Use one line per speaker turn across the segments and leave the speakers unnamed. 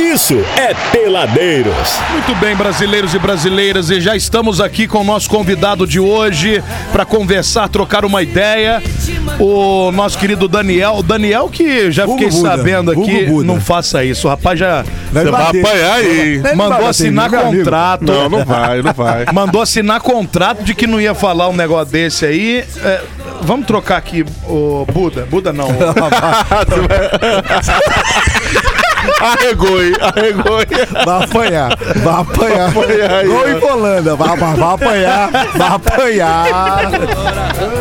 isso é Peladeiros.
Muito bem, brasileiros e brasileiras, e já estamos aqui com o nosso convidado de hoje para conversar, trocar uma ideia. O nosso querido Daniel. Daniel, que já
Hugo
fiquei
Buda.
sabendo
Hugo
aqui,
Buda.
não faça isso. O rapaz já
Vai
Você vai
bater.
Apanhar aí.
apanhar. mandou
bater,
assinar
meu amigo.
contrato.
Não, não vai, não vai.
Mandou assinar contrato de que não ia falar um negócio desse aí. É, vamos trocar aqui, o Buda. Buda não. ô-
Arregou, hein? Arregou, hein?
Vai apanhar, vai apanhar.
Vai apanhar aí,
Gol
ó.
em Holanda, vai, vai, vai apanhar, vai apanhar.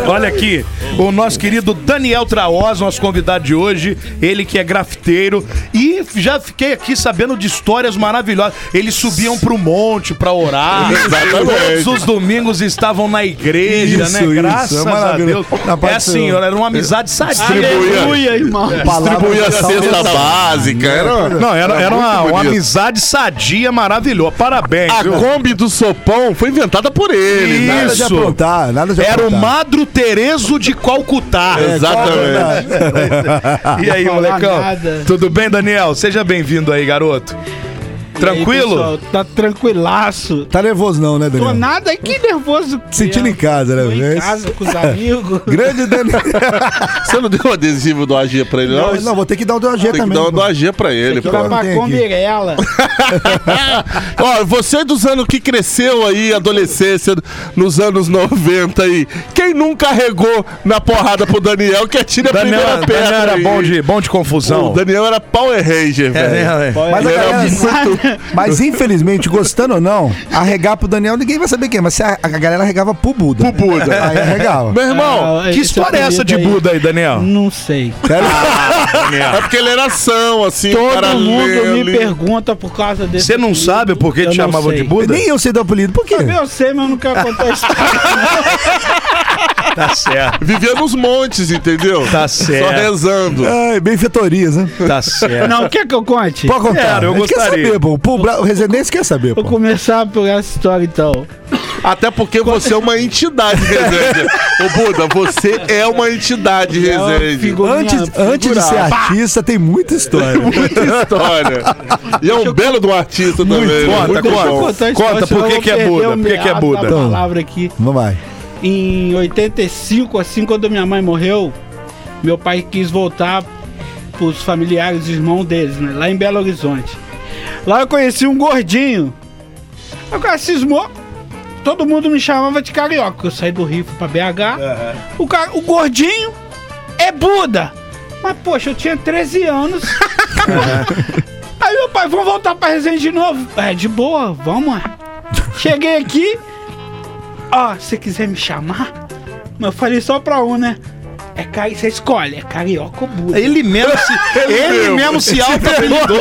Olha aqui, o nosso querido Daniel Traoz, nosso convidado de hoje, ele que é grafiteiro e já fiquei aqui sabendo de histórias maravilhosas. Eles subiam pro monte pra orar.
Exatamente.
Todos os domingos estavam na igreja,
Isso,
né?
isso,
Graças
é
a Deus.
maravilhoso. Na
É
parte do É.
assim,
Senhor.
era uma amizade sadia.
Distribuía.
irmão.
Distribuía a cesta básica. Era,
Não, era, era uma,
muito
uma
bonito.
amizade sadia, maravilhosa. Parabéns.
A
Ah,
viu?
Kombi do Sopão foi inventada por ele, né?
Nada de
Isso.
aprontar, nada de
Era o
aprontar.
Madro Terezo de Calcutá.
né? É, Exatamente.
E aí,
Não falar
molecão?
nada.
Tudo bem, Daniel? Seja bem-vindo aí, garoto.
E
Tranquilo?
aí, pessoal, tá tranquilaço.
Tá nervoso não, né,
Tô
Daniel?
nada aqui nervoso.
Sentindo em casa, né?
Tô em
velho?
casa com os amigos.
Grande Daniel.
Você não deu um adesivo do AG pra ele, não?
Não, não, vou ter que dar o do AG
Tem que
também.
dar um
pô.
do AG pra ele, pô.
Tá
não tem
pra
aqui.
comerela.
Ó, você dos anos que cresceu aí, adolescência, nos anos 90 aí, quem nunca regou na porrada pro Daniel que atira a
Daniel,
primeira pedra?
Daniel era
aí?
bom de, bom de confusão.
O Daniel era Power Ranger,
É,
velho.
né,
Mas, a
Ele era
galera-
muito...
mas, infelizmente, gostando ou não, arregar pro Daniel ninguém vai saber quem, é, mas se a, a galera arregava pro Buda. Pro Buda. Aí arregava.
Meu irmão,
Ah,
Que
esse
história é essa de
apelido aí.
Buda aí, Daniel?
Não sei.
Ah.
é porque ele era ação, assim,
Todo
cara
mundo
lento,
me
ali.
pergunta por causa desse.
Você não
apelido.
sabe por que
Eu
te
não
chamavam
sei.
de Buda?
Nem eu sei do apelido, por quê?
Tá
Eu sei, mas eu não quero contar a história.
Tá certo,
Vivia nos montes, entendeu?
Tá
Só
certo.
rezando.
Ai, benfeitorias, né?
tá certo.
Não, quer que eu conte?
Pode contar.
Quero, eu
A gente quer
gostaria.
saber, pô. O povo bra- O residente quer saber,
Vou
pô.
começar por essa história então.
Até porque você é uma entidade, Rezende. Ô, Buda, você é uma entidade,
É uma
Rezende.
figurinha
Antes, antes de ser
figurada.
artista, tem muita história.
Muita história. E é um belo do artista também. né?
Conta,
Muito
conta.
bom.
a
Conta,
história,
por
senão
que
eu
que é
vou
Buda?
perder o
Por que que é
meado da
Buda?
palavra aqui.
Não vai.
Em 85, assim, quando minha mãe morreu, meu pai quis voltar pros familiares, irmãos deles, né? Lá em Belo Horizonte. Lá eu conheci um gordinho. Agora cismou. Todo mundo me chamava de carioca, porque eu saí do Rio fui pra BH. O, ca- o gordinho é Buda. Mas, poxa, eu tinha 13 anos. Aí meu pai, vamos voltar pra Resende de novo? É, de boa, vamos lá. Cheguei aqui. Ó, se quiser me chamar, mas eu falei só pra um, né? É cari... Você escolhe, é carioca ou Buda.
Ele mesmo se, ele mesmo se auto-apelidou.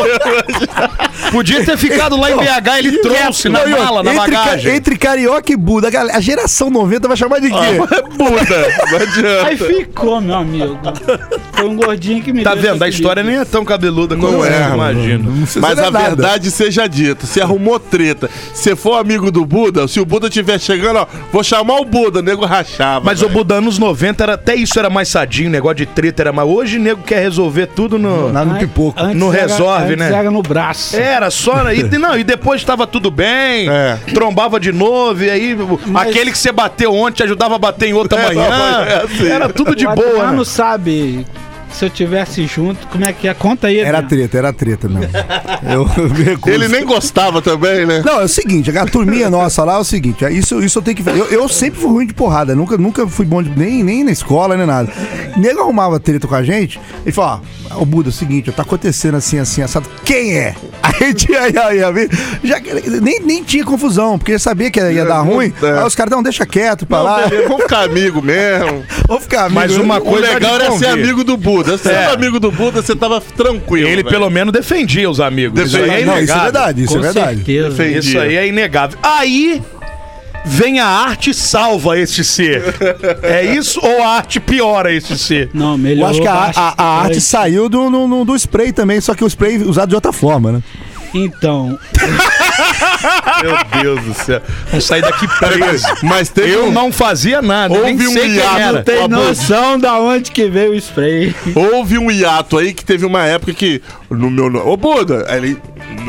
Podia ter ficado lá em BH, ele trouxe na
Não, e outra,
mala, na
entre, ca-
bagagem.
Entre carioca e Buda, a gal- a geração 90 vai chamar de quê?
Ah,
É Buda, não adianta.
Aí ficou, meu amigo. Foi um gordinho que me
Tá
deu
vendo?
esse
A história
apelido.
nem é tão cabeluda como
Não
eu
é,
imagino.
precisa
Mas
de
a
é nada.
verdade seja dita, você arrumou treta. Se for amigo do Buda, se o Buda estiver chegando, ó, vou chamar o Buda, o nego rachava.
Mas o Buda anos 90 era, até isso era mais sadinho, negócio de treta era mais. Hoje o nego quer resolver tudo no.
Nada no pipoco.
Antes
Não
era-
resolve,
antes
né?
Era no braço.
Era só. E, não, e depois tava tudo bem,
É.
trombava de novo, e aí o-
Mas-
aquele que você bateu ontem te ajudava a bater em outra
É,
manhã.
é assim.
Era tudo de
O
boa.
Adriano
né?
sabe se eu tivesse junto, como é que é? Conta aí,
Era
Adriano.
treta, era treta, não. Eu me recuso.
Ele nem gostava também, né?
Não, é o seguinte, a turminha nossa lá é o seguinte, é isso, isso eu tenho que ver. Eu, eu sempre fui ruim de porrada, nunca, nunca fui bom de, nem, nem na escola, nem nada. O nego arrumava treta com a gente, ele falava, ó, o Buda, é o seguinte, ó, tá acontecendo assim, assim, assado, quem é? Aí tinha, aí, aí, aí, já, que- nem, nem tinha confusão, porque sabia que ia, dar ruim,
É.
aí os caras, não, deixa quieto pra lá,
Não, beleza, Vamos ficar um amigo mesmo.
vou ficar amigo.
Ah, é. Mas uma
O
Coisa
legal
de
era ser
convir.
amigo do Buda. Se Você
É.
era amigo do Buda, você tava tranquilo. né?
Ele
velho.
pelo menos defendia os amigos.
Defendia.
Isso aí é
Não, isso é
inegável.
verdade, isso
Com
é verdade.
certeza.
Perfeito.
Isso aí é inegável. Aí vem a arte e salva este ser. É isso ou a arte piora este ser?
Não,
Eu
melhor.
acho que a, a- a arte saiu do, no- no- do spray também, só que o spray usado de outra forma, né?
Então,
Meu Deus do céu. Vou sair daqui
Peraí,
preso.
mas- Mas teve
Eu
um-
não fazia nada, nem
Houve um
sei quem
hiato
era.
Tá
tem
bom.
noção da onde que veio o spray.
Houve um hiato aí que teve uma época que no meu nome. Ô, Buda! Aí ele.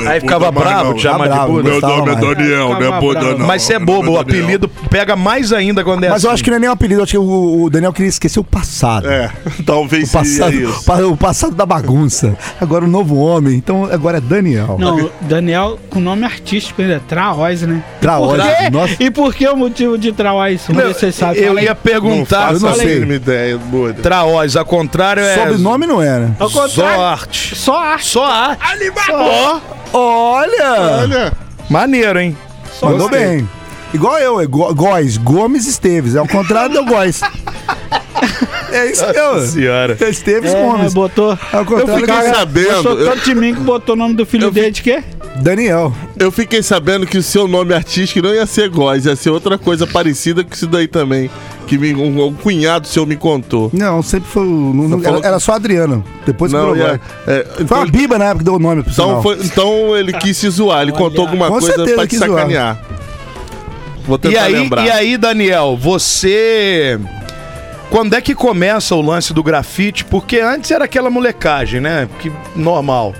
Aí ficava
Buda, mas
bravo,
não.
te chamava de
Bravo,
Buda.
Meu
Gostava
nome é
mais.
Daniel, não é
Ficava
Buda,
bravo.
não.
Mas você é
Meu nome
bobo, o
Daniel.
apelido pega mais ainda quando é
Mas eu
assim.
acho que não é nem um apelido, eu acho que o, o Daniel queria esquecer o passado.
É, talvez
O passado,
seria isso.
pa- o passado da bagunça. Agora o novo homem, então agora é Daniel.
Não, Daniel com nome artístico ainda, Traoz, né?
Traóis,
Por quê?
nossa.
E por que o motivo de Traoz? Vamos ver se você sabe.
eu
Fala aí.
ia perguntar,
não
eu não
faço a
sei.
mínima ideia, Buda.
Traóis, ao contrário é
Sobrenome não era.
Ao contrário,
só arte.
Só arte.
Só arte.
Animador!
Olha!
Olha,
Maneiro, hein?
Mandou bem. Igual eu, é Go- Góis, Gomes Esteves. É o contrário do Góis. É isso mesmo.
Senhora.
É Esteves
É,
Gomes.
botou.
É
assim.
o
eu
contrário
fiquei
do
sabendo.
Então, Gostou
Eu,
tanto de mim que botou o nome do filho dele de quê?
Daniel.
eu fiquei sabendo que o seu nome artístico não ia ser Góis, ia ser outra coisa parecida com isso daí também. Que me, um, um cunhado seu me contou.
Não, sempre foi. o- não- não-
falou
era, era só Adriano. Depois que
Não,
virou
ia,
Góis.
é,
Foi
então,
uma Biba na época que deu o nome pro
então,
sinal.
foi- então ele quis se zoar, ele contou alguma
Com
coisa
certeza
pra te
quis zoar.
sacanear. Vou
E
tentar
aí,
lembrar.
e aí, Daniel, você. Quando é que começa o lance do grafite? Porque antes era aquela molecagem, né? Que normal.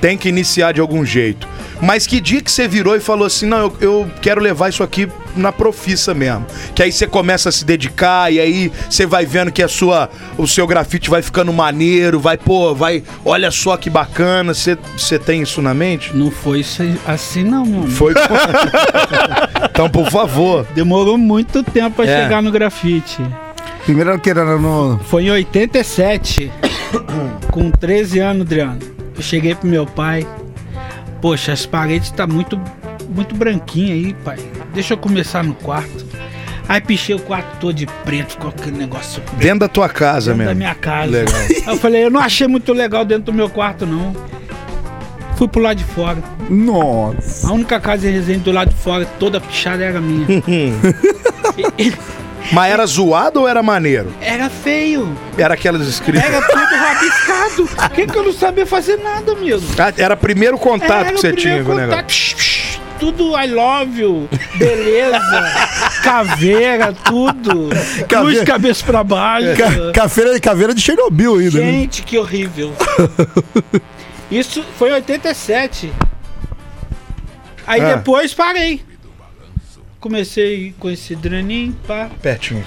Tem que iniciar de algum jeito. Mas que dia que você virou e falou assim: não, eu, eu quero levar isso aqui na profissa mesmo. Que aí você começa a se dedicar e aí você vai vendo que a sua, o seu grafite vai ficando maneiro, vai, pô, vai. Olha só que bacana. Você, você tem isso na mente?
Não foi isso aí- assim não, meu amigo.
Foi. então, por favor.
Demorou muito tempo pra
É.
chegar no grafite.
Primeiro era que era no.
Foi em 87, com 13 anos, Adriano. Eu cheguei pro meu pai. Poxa, as paredes tá muito, muito branquinha aí, pai. Deixa eu começar no quarto. Aí pichei o quarto todo de preto, ficou aquele negócio
Dentro da tua casa
dentro
mesmo.
da minha casa.
Legal.
Aí eu falei, eu não achei muito legal dentro do meu quarto, não. Fui pro lado de fora.
Nossa.
A única casa em Resende do lado de fora, toda pichada era minha.
Hum. Mas era zoado ou era maneiro?
Era feio.
Era aquelas escritas.
Era tudo rabiscado. Por que, que eu não sabia fazer nada, amigo?
Ah, Era primeiro contato
É. Era
que
o
você tinha
primeiro
com o
contato.
negócio.
Psh, psh, Tudo I love you, beleza, caveira, tudo. Luz
Caveira.
cabeça pra baixo.
Ca cafeira- caveira de Chernobyl ainda. né?
Uhum. Gente, que horrível. Isso foi em 87. Aí
Ah.
depois parei. Comecei com esse Dranin, pá.
Pertinho.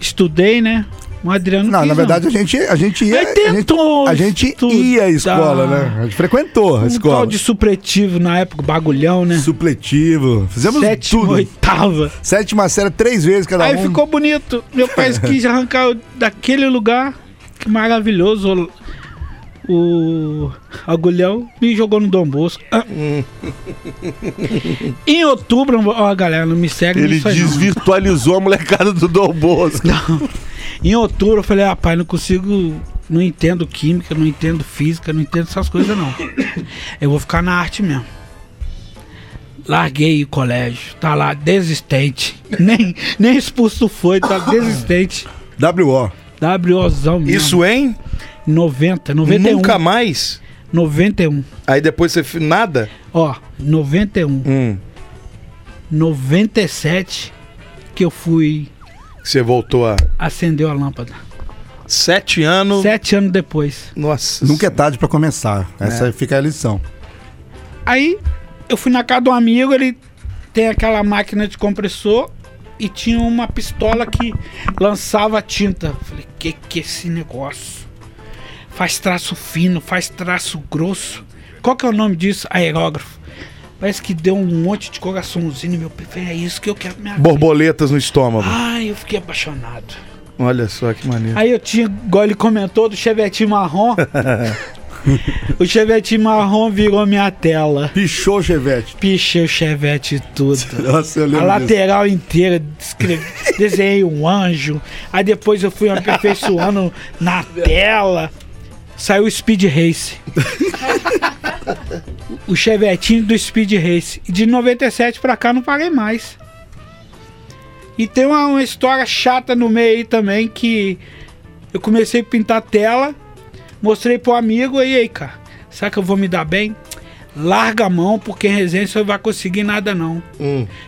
Estudei, né? O Adriano
Não,
quis,
na verdade a gente, a gente ia.
Aí tentou
a gente, a gente
estudar.
ia à escola, né? A gente frequentou a
Um tal
escola.
de supletivo na época, bagulhão, né?
Supletivo. Fizemos
Sétima,
tudo.
oitava.
Sétima série, três vezes cada
Aí
um.
ficou bonito. Meu pai quis arrancar eu daquele lugar que maravilhoso. O, o agulhão me jogou no Dom Bosco. Ah. em outubro, ó, galera, não me segue
Ele
nisso aí, não.
desvirtualizou a molecada do Dom Bosco.
Em outubro eu falei, rapaz, não consigo. Não entendo química, não entendo física, não entendo essas coisas não. Eu vou ficar na arte mesmo. Larguei o colégio, tá lá, desistente. Nem, nem expulso foi, tá desistente.
W.O.
WOzão mesmo.
Isso, hein?
90, 91.
Nunca mais?
91.
Aí depois você. fi- Nada?
Ó, 91.
Hum.
97 que eu fui
Você voltou a.
acendeu a lâmpada.
Sete anos.
Sete anos depois.
Nossa.
Nunca é tarde pra começar.
É.
Essa fica a lição.
Aí eu fui na casa de um amigo, ele tem aquela máquina de compressor e tinha uma pistola que lançava tinta. Falei, que que é esse negócio? Faz traço fino, faz traço grosso. Qual que é o nome disso? Aerógrafo. Parece que deu um monte de coraçãozinho no meu pé. Falei, É isso que eu quero minha vida.
Borboletas no estômago.
Ai, eu fiquei apaixonado.
Olha só que maneiro.
Aí eu tinha, igual ele comentou, do chevetinho marrom. o chevetinho marrom virou minha tela.
Pichou o Chevette.
Pichei o chevette e tudo.
Nossa, eu
A
lembro disso.
lateral inteira, descrevi- desenhei um anjo. Aí depois eu fui aperfeiçoando na tela. Saiu o Speed Race. o chevetinho do Speed Race. E de 97 pra cá não parei mais. E tem uma, uma história chata no meio aí também que eu comecei a pintar tela, mostrei pro amigo, e aí, cara, será que eu vou me dar bem? larga a mão, porque em resenha você não vai conseguir nada, não.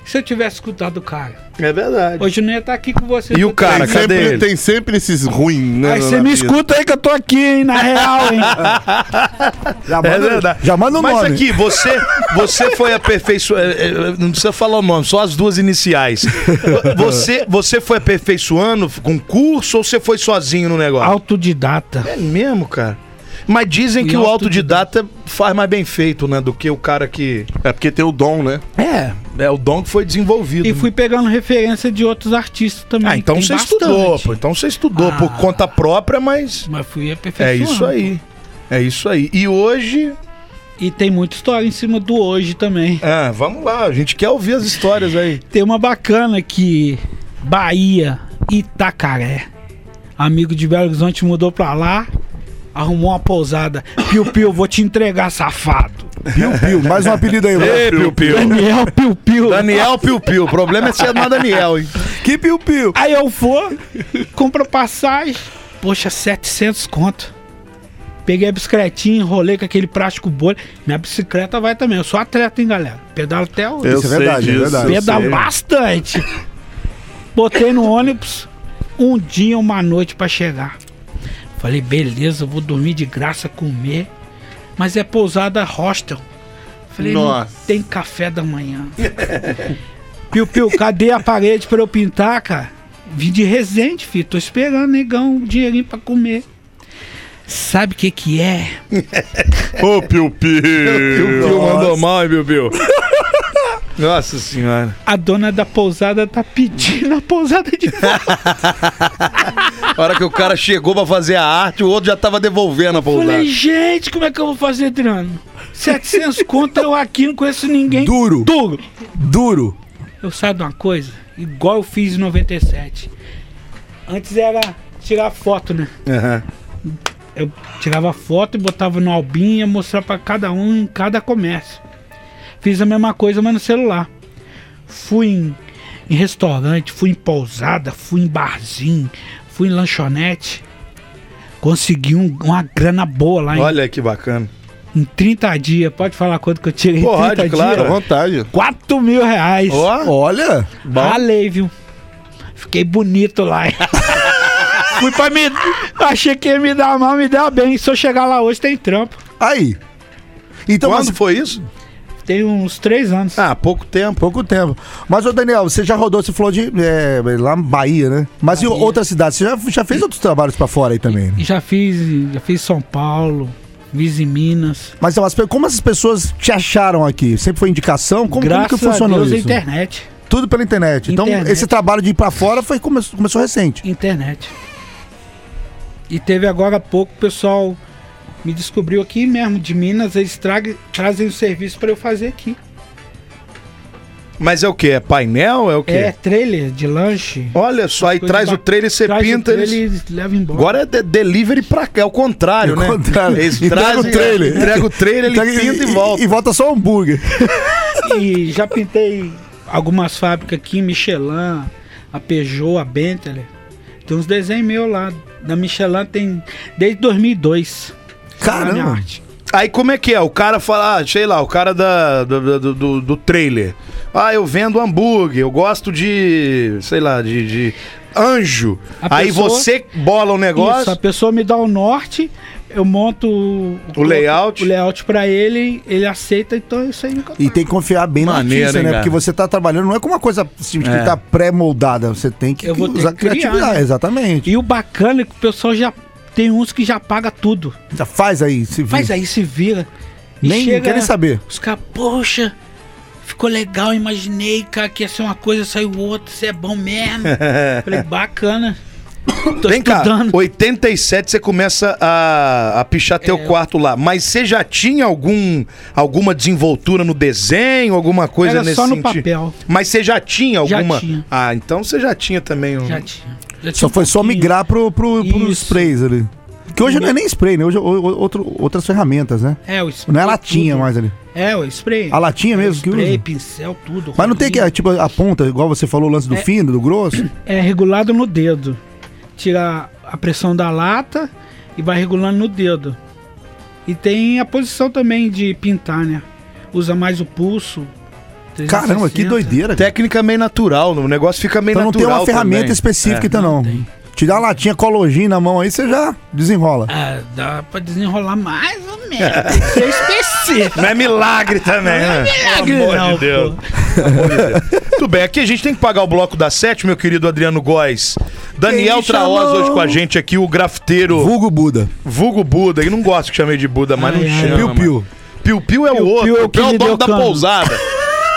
Se eu tivesse escutado o cara,
É verdade.
hoje eu não tá ia estar aqui com você.
E o cara,
tem,
cadê
sempre,
ele?
tem sempre esses ruins, né?
Aí
na-
você
na
me
vida.
escuta aí que eu tô aqui, hein, na real, hein?
É
Já manda,
verdade.
já manda o
Mas
nome.
aqui, você, você foi aperfeiçoando. é, Não precisa falar o nome, só as duas iniciais. Você, você foi aperfeiçoando com curso ou você foi sozinho no negócio?
Autodidata.
É mesmo, cara. Mas dizem que
E
o
autodidata.
autodidata faz mais bem feito, né? Do que o cara que.
É porque tem o dom, né?
É. É o dom que foi desenvolvido. né?
E fui pegando referência de outros artistas também.
Ah, então
Tem
você
bastante.
estudou, pô. Então você estudou por
Ah.
conta própria, mas.
Mas fui
É
aperfeiçoando.
isso aí. É isso aí. E hoje.
E tem muita história em cima do hoje também.
Ah, vamos lá, a gente quer ouvir as histórias aí.
Tem uma bacana que Bahia, Itacaré. Amigo de Belo Horizonte mudou pra lá, arrumou uma pousada. Piu Piu, vou te entregar, safado.
Piu Piu, mais um apelido aí, mano.
Piu Piu.
Daniel Piu Piu.
Daniel Piu Piu. O problema é se é na Daniel, hein?
Que Piu Piu.
Aí eu vou, compro passagem. Poxa, 700 conto. Peguei a bicicletinha, enrolei com aquele plástico bolha. Minha bicicleta vai também. Eu sou atleta, hein, galera? Pedalo até hoje.
Isso é verdade, é verdade.
eu
Pedalo
sei.
bastante. Botei no ônibus um dia, uma noite pra chegar. Falei, beleza, eu vou dormir de graça, comer. Mas é pousada hostel. Falei,
Nossa.
não tem café da manhã. piu, piu, cadê a parede pra eu pintar, cara? Vim de Resende, filho. Tô esperando, negão, um dinheirinho pra comer. Sabe o que que é?
Ô, Piu Piu.
Piu mandou mal, hein, Piu Piu? Nossa senhora.
A dona da pousada tá pedindo a pousada de volta.
A hora que o cara chegou pra fazer a arte, o outro já tava devolvendo a pousada.
Falei, gente, como é que eu vou fazer, Adriano? 700 conto, eu aqui não conheço ninguém.
Duro.
Duro.
Duro.
Eu sabe de uma coisa? Igual eu fiz em 97. Antes era tirar foto, né? Eu tirava foto e botava no albinha, mostrar pra cada um em cada comércio. Fiz a mesma coisa, mas no celular. Fui em, em restaurante, fui em pousada, fui em barzinho, fui em lanchonete. Consegui um- uma grana boa lá em
Olha que bacana.
em 30 dias. Pode falar quanto que eu tirei em
Pode,
30
claro.
Fica à
dias?
vontade.
4 mil reais.
Ó,
Olha.
Ralei, viu? Fiquei bonito lá. hein? Fui pra me. Achei que ia me dar mal, me dá bem. Se eu chegar lá hoje, tem trampo.
Aí. Então,
quando
mas
foi isso?
Tem uns 3 anos.
Ah, pouco tempo.
pouco tempo. Mas, ô Daniel, você já rodou, você falou de. é, lá na Bahia, né? Mas em outras cidades, você já, já fez outros trabalhos pra fora aí também, né?
E já fiz. Já fiz São Paulo, fiz em Minas.
Mas, então, as pe- como essas pessoas te acharam aqui? Sempre foi indicação? Como, como
Graças
que funcionou
a Deus, a
isso?
internet.
Tudo pela internet. Então,
Internet.
esse trabalho de ir pra fora foi, começou, começou recente.
Internet. E teve agora há pouco o pessoal me descobriu aqui mesmo, de Minas, eles traga- trazem o serviço pra eu fazer aqui.
Mas é o quê? É painel? É o quê?
É, trailer de lanche.
Olha só, aí
Coisa
traz o
bacana.
trailer, você
Traz o
pinta
trailer,
eles.
eles levam embora.
Agora é de- delivery pra cá, é o contrário,
É o
né?
contrário.
Eles
Entrega
trazem,
o trailer.
Entrega o trailer, ele
Então,
pinta e, volta.
E volta só hambúrguer.
E já pintei algumas fábricas aqui, Michelin, a Peugeot, a Bentley. Tem uns desenhos meus lá. Da Michelin tem desde 2002. tá na minha
Caramba.
arte.
Aí como é que é? O cara fala, ah, sei lá, o cara da, do, do, do- do trailer. Ah, eu vendo hambúrguer, eu gosto de, sei lá, de, de anjo.
A
aí
pessoa-
você bola um negócio.
Isso, a pessoa me dá o norte, eu monto o,
O layout.
o layout pra ele, ele aceita, então isso aí me
E tem que confiar bem na
Maneiro,
artista,
hein,
né?
cara?
Porque você tá trabalhando, não é com uma coisa assim, que
É.
tá pré-moldada. Você tem que
Eu vou ter
usar
que criar,
criatividade.
né?
Exatamente.
E o bacana é que o pessoal já tem uns que já paga tudo.
Já Faz aí, se vira.
Hum.
Faz aí, se vira. E
Nem
chega-
querem saber.
Os caras, poxa, ficou legal, imaginei, cara, que ia ser uma coisa, saiu outra, você é bom mesmo. Falei, bacana. Tô
Vem cá,
estudando.
87 você começa a, a pichar teu
É.
quarto lá. Mas você já tinha algum, alguma desenvoltura no desenho, alguma coisa
Era
nesse
só no
sentido?
papel.
Mas você já tinha
Já
alguma?
tinha.
Ah, então você já tinha também um.
Já tinha. Já
Só
tinha
foi só
pouquinho.
migrar pro, pro, pros
Isso.
sprays ali. Que hoje não é nem spray, né? Hoje é o- o- outro, outras ferramentas, né?
É, o spray.
Não é latinha
tudo.
mais ali.
É, o spray.
A latinha mesmo que
Spray,
usa.
pincel, tudo.
Mas não tem que,
rolinho.
tipo, a ponta, igual você falou, o lance do fino, do grosso.
É regulado no dedo. Tira a pressão da lata e vai regulando no dedo. E tem a posição também de pintar, né? usa mais o pulso.
Caramba, que
360.
doideira. cara.
Técnica meio natural, o negócio fica meio
Então não tem
natural.
uma ferramenta
também.
específica,
É,
então não. Te dá uma latinha cologin na mão aí, você já desenrola.
Ah, dá pra desenrolar mais ou menos. Tem que ser específico.
Não é milagre também,
é
né?
milagre,
Pelo amor
não,
de Deus. Pelo amor de Deus. Muito bem, aqui a gente tem que pagar o bloco da sete, meu querido Adriano Góes. Daniel
me chamou?
Traoz hoje com a gente aqui, o grafiteiro
Vulgo Buda.
vulgo Buda. E não gosto que chamei de Buda, mas
Ai,
não
ai.
chama.
Piu Piu.
Piu Piu é o
Piu
outro.
Piu é o
Piu Piu é o
que me
dono
deu
da
cano.
pousada.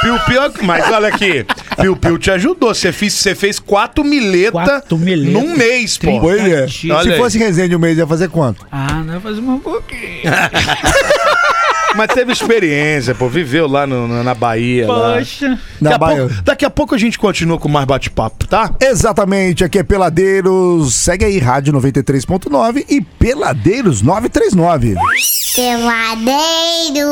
Piu Piu é... Mas olha aqui, Piu Piu te ajudou. Você fez, você fez quatro mileta,
Quatro mileta.
num mês, pô.
Pois é.
Tadinho.
Olha
Se
aí.
fosse resenha de um mês, ia fazer quanto?
Ah, não é fazer um pouquinho.
Mas teve experiência, pô. Viveu lá no- na, na Bahia. lá.
Poxa.
Na
Daqui a,
Bahia.
pouco, daqui a pouco a gente continua com mais bate-papo, tá?
Exatamente, aqui é Peladeiros. Segue aí, Rádio 93.9 e Peladeiros 939.
Peladeiros.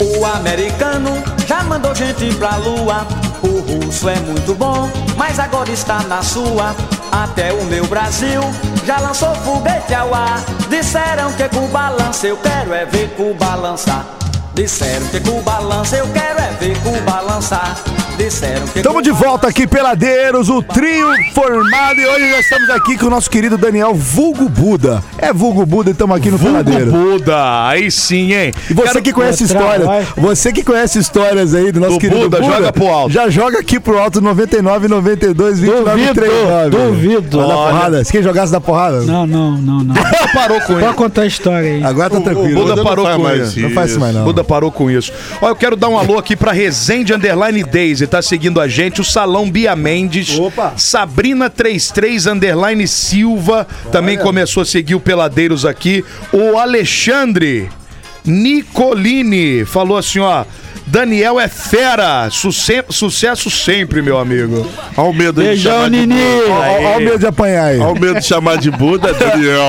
O americano já mandou gente pra lua. O russo é muito bom, mas agora está na sua. Até o meu Brasil já lançou foguete ao ar. Disseram que Cuba lança, eu quero é ver Cuba lançar. Disseram que Cuba lança, eu quero é ver Cuba lançar. Disseram que
Estamos de
Cuba
volta aqui, Peladeiros, o trio formado. E hoje nós estamos aqui com o nosso querido Daniel Vulgo Buda. É Vulgo Buda e estamos aqui no Peladeiros.
Buda, aí sim, hein?
E você
Quero-
que conhece histórias, você que conhece histórias aí do nosso
Do
querido
Buda, joga pro alto.
Já joga aqui pro alto 99, 92, 29,
Duvido,
39.
duvido.
Vai dar
Olha.
porrada. Se quem jogasse da porrada,
Não, não, não, não.
Buda parou com
Pode
isso.
contar a história aí.
agora tá tranquilo.
O Buda
não
parou
faz
com
mais
isso.
Não faz isso mais não.
Buda parou com isso. Ó, eu quero dar um alô aqui pra Resende Underline Daisy, tá seguindo a gente, o Salão Bia Mendes,
Opa.
Sabrina 33 Underline Silva, também começou a seguir o Peladeiros aqui, o Alexandre Nicolini, falou assim, ó, Daniel é fera, suce- sucesso sempre, meu amigo.
Olha o medo de
Beijão,
chamar de
Nini.
Buda.
Olha o medo de apanhar aí.
Olha o medo de chamar de Buda, Daniel.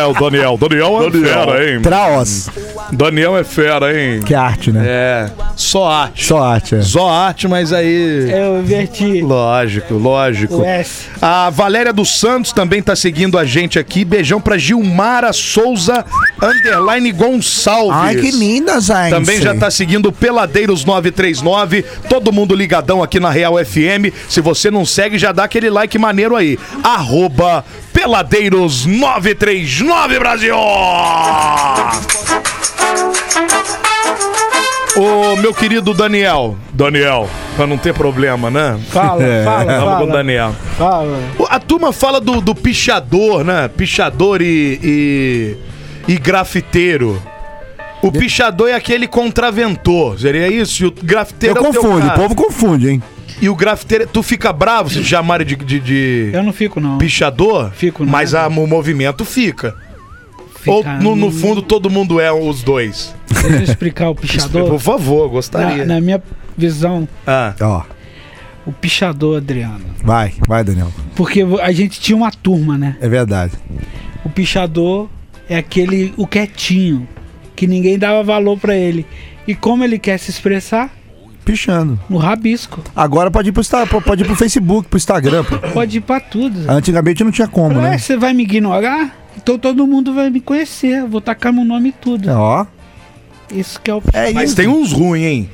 É, o Daniel. Daniel é fera, hein?
Traos,
Daniel é fera, hein?
que é arte, né?
É, só arte.
Só arte, é.
Só arte, mas aí.
Eu inverti É,
Lógico, lógico.
o S.
A Valéria dos Santos também tá seguindo a gente aqui. Beijão pra Gilmara Souza Underline Gonçalves.
linda, gente.
Também já tá seguindo o Peladeiros 939. Todo mundo ligadão aqui na Real FM. Se você não segue, já dá aquele like maneiro aí. Arroba Peladeiros 939 Brasil! Ô, meu querido Daniel. Daniel, pra não ter problema, né?
Fala, fala,
Vamos com o
fala.
Daniel.
Fala.
O- A turma fala do, do pichador, né? Pichador e, e, e grafiteiro. O pichador é aquele contraventor, seria isso? E o grafiteiro
Eu
é o teu
confundo, o
cara.
povo confunde, hein?
E o grafiteiro, é- tu fica bravo se te chamarem de, de, de
Eu não fico, não.
pichador?
Fico, não.
Mas a- o movimento fica.
Fica-
Ou no, no fundo todo mundo é os dois?
Deixa eu explicar o pichador.
Por favor, gostaria.
Na, na minha visão,
Ah,
Ó,
o pichador, Adriano.
vai, vai, Daniel.
Porque a gente tinha uma turma, né?
É verdade.
O pichador é aquele, o quietinho, que ninguém dava valor pra ele. E como ele quer se expressar?
Pichando.
No rabisco.
Agora pode ir pro, Insta- pode ir pro Facebook, pro Instagram. pô.
Pode ir pra tudo. Zé.
Antigamente não tinha como,
Ué,
né?
você vai me ignorar? Então todo mundo vai me conhecer. Vou tacar meu nome e tudo.
É, Ó,
Isso que é o
é
mas
isso.
tem uns ruins, hein?